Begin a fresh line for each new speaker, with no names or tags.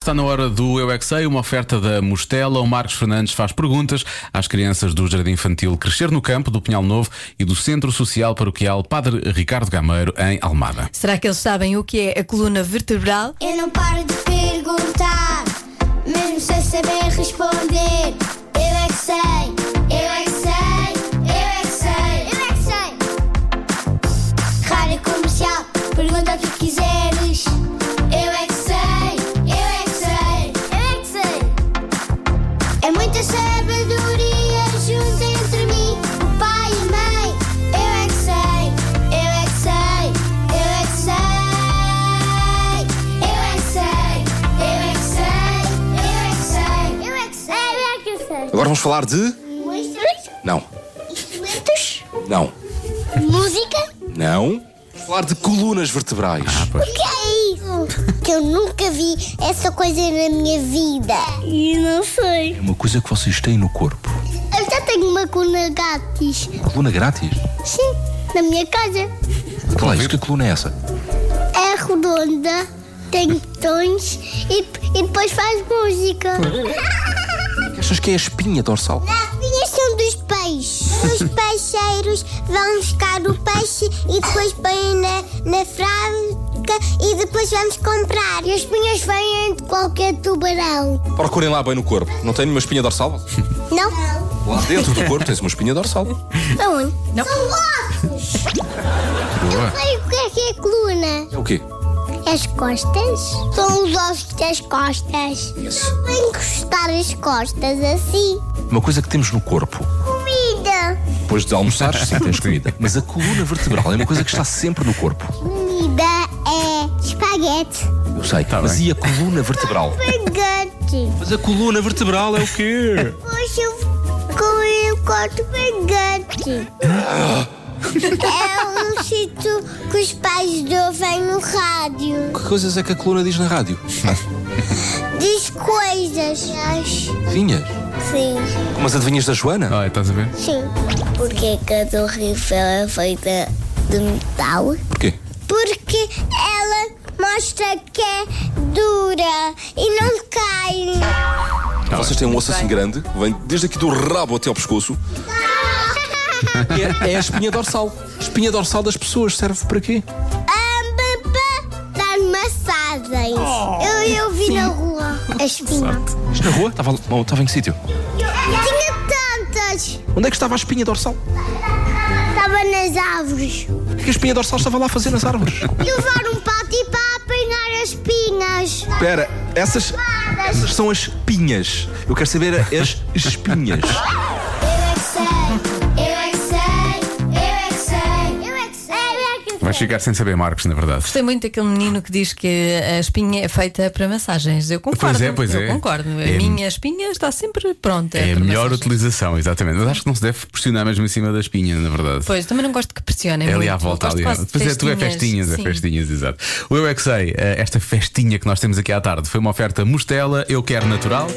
Está na hora do Eu é que Sei, uma oferta da Mostela. O Marcos Fernandes faz perguntas às crianças do Jardim Infantil Crescer no Campo, do Pinhal Novo e do Centro Social Paroquial Padre Ricardo Gameiro, em Almada.
Será que eles sabem o que é a coluna vertebral?
Eu não paro de perguntar, mesmo sem saber responder. Eu é que sei, eu é que sei, eu é que sei, eu é que sei. Rádio comercial, pergunta o que quiseres. Eu é que sei, eu é que sei, eu é que sei. É muita sabedoria junto entre mim, o pai e a mãe. Eu é que sei, eu é que sei, eu é que sei. Eu é que sei, eu é que sei, eu é que sei. Eu é que sei, eu é que sei.
Agora vamos falar de.
Monstros,
Não,
instrumentos,
não,
música.
não. Vamos falar de colunas vertebrais.
O que é isso? que eu nunca vi essa coisa na minha vida. E não sei.
É uma coisa que vocês têm no corpo.
Eu já tenho uma coluna grátis.
Coluna grátis?
Sim, na minha casa.
Qual é isso? Que coluna é essa?
É redonda, tem botões e, e depois faz música.
Achas que é a espinha dorsal?
As minhas são dos peixes. Os peixeiros vão buscar o peixe e depois põem na, na frasca e depois vamos comprar. E as minhas vêm de qualquer tubarão.
Procurem lá bem no corpo. Não tem nenhuma espinha dorsal?
Não?
Lá dentro do corpo tens uma espinha dorsal.
Aonde?
Não.
São ossos.
Boa.
Sei o que é que é coluna.
É o quê?
As costas? São os ossos das costas.
Isso.
Não vem encostar as costas assim.
Uma coisa que temos no corpo.
Comida.
Depois de almoçar, sim, tens comida. Mas a coluna vertebral é uma coisa que está sempre no corpo.
Comida é espaguete.
Eu sei.
Tá
mas
bem.
e a coluna vertebral?
Espaguete.
Mas a coluna vertebral é o quê?
Hoje eu comi um corte pegante. É um sítio que os pais ouvem no rádio.
Que coisas é que a coluna diz na rádio?
Diz coisas.
Vinhas?
Sim.
Como as adivinhas da Joana?
Ah, estás a ver?
Sim. Porque que a Torre Eiffel é feita de metal?
Ah, Porquê?
Porque ela mostra que é dura e não cai.
Vocês têm um osso assim grande, que vem desde aqui do rabo até ao pescoço. E É, é a espinha dorsal. A espinha dorsal das pessoas serve para quê?
Ambaba dar massagens. eu, eu vi na rua a espinha.
Isto na rua? Estava, não, estava em que sítio?
Tinha tantas.
Onde é que estava a espinha dorsal?
Estava nas árvores.
O que é que a espinha dorsal estava lá a fazer nas árvores?
Levar um pato e para apanhar as espinhas.
Espera, essas, essas são as pinhas. Eu quero saber as espinhas.
Eu é que sei. Eu é que sei. Eu é que sei. Eu é que sei. Eu é que sei.
Vais ficar sem saber, Marcos, na verdade.
Gostei muito daquele menino que diz que a espinha é feita para massagens. Eu concordo.
é, pois
eu
é.
concordo. A
É-
minha espinha está sempre pronta.
É a
para
melhor
massagens.
utilização, exatamente. Mas acho que não se deve pressionar mesmo em cima da espinha, na verdade.
Pois, também não gosto que pressionem.
É ali
muito.
à volta,
Gosto
ali.
quase de
Pois é, tu é festinhas, é
sim.
festinhas, exato. O Eu é que sei, eh, esta festinha que nós temos aqui à tarde foi uma oferta Mostela, Eu Quero Natural.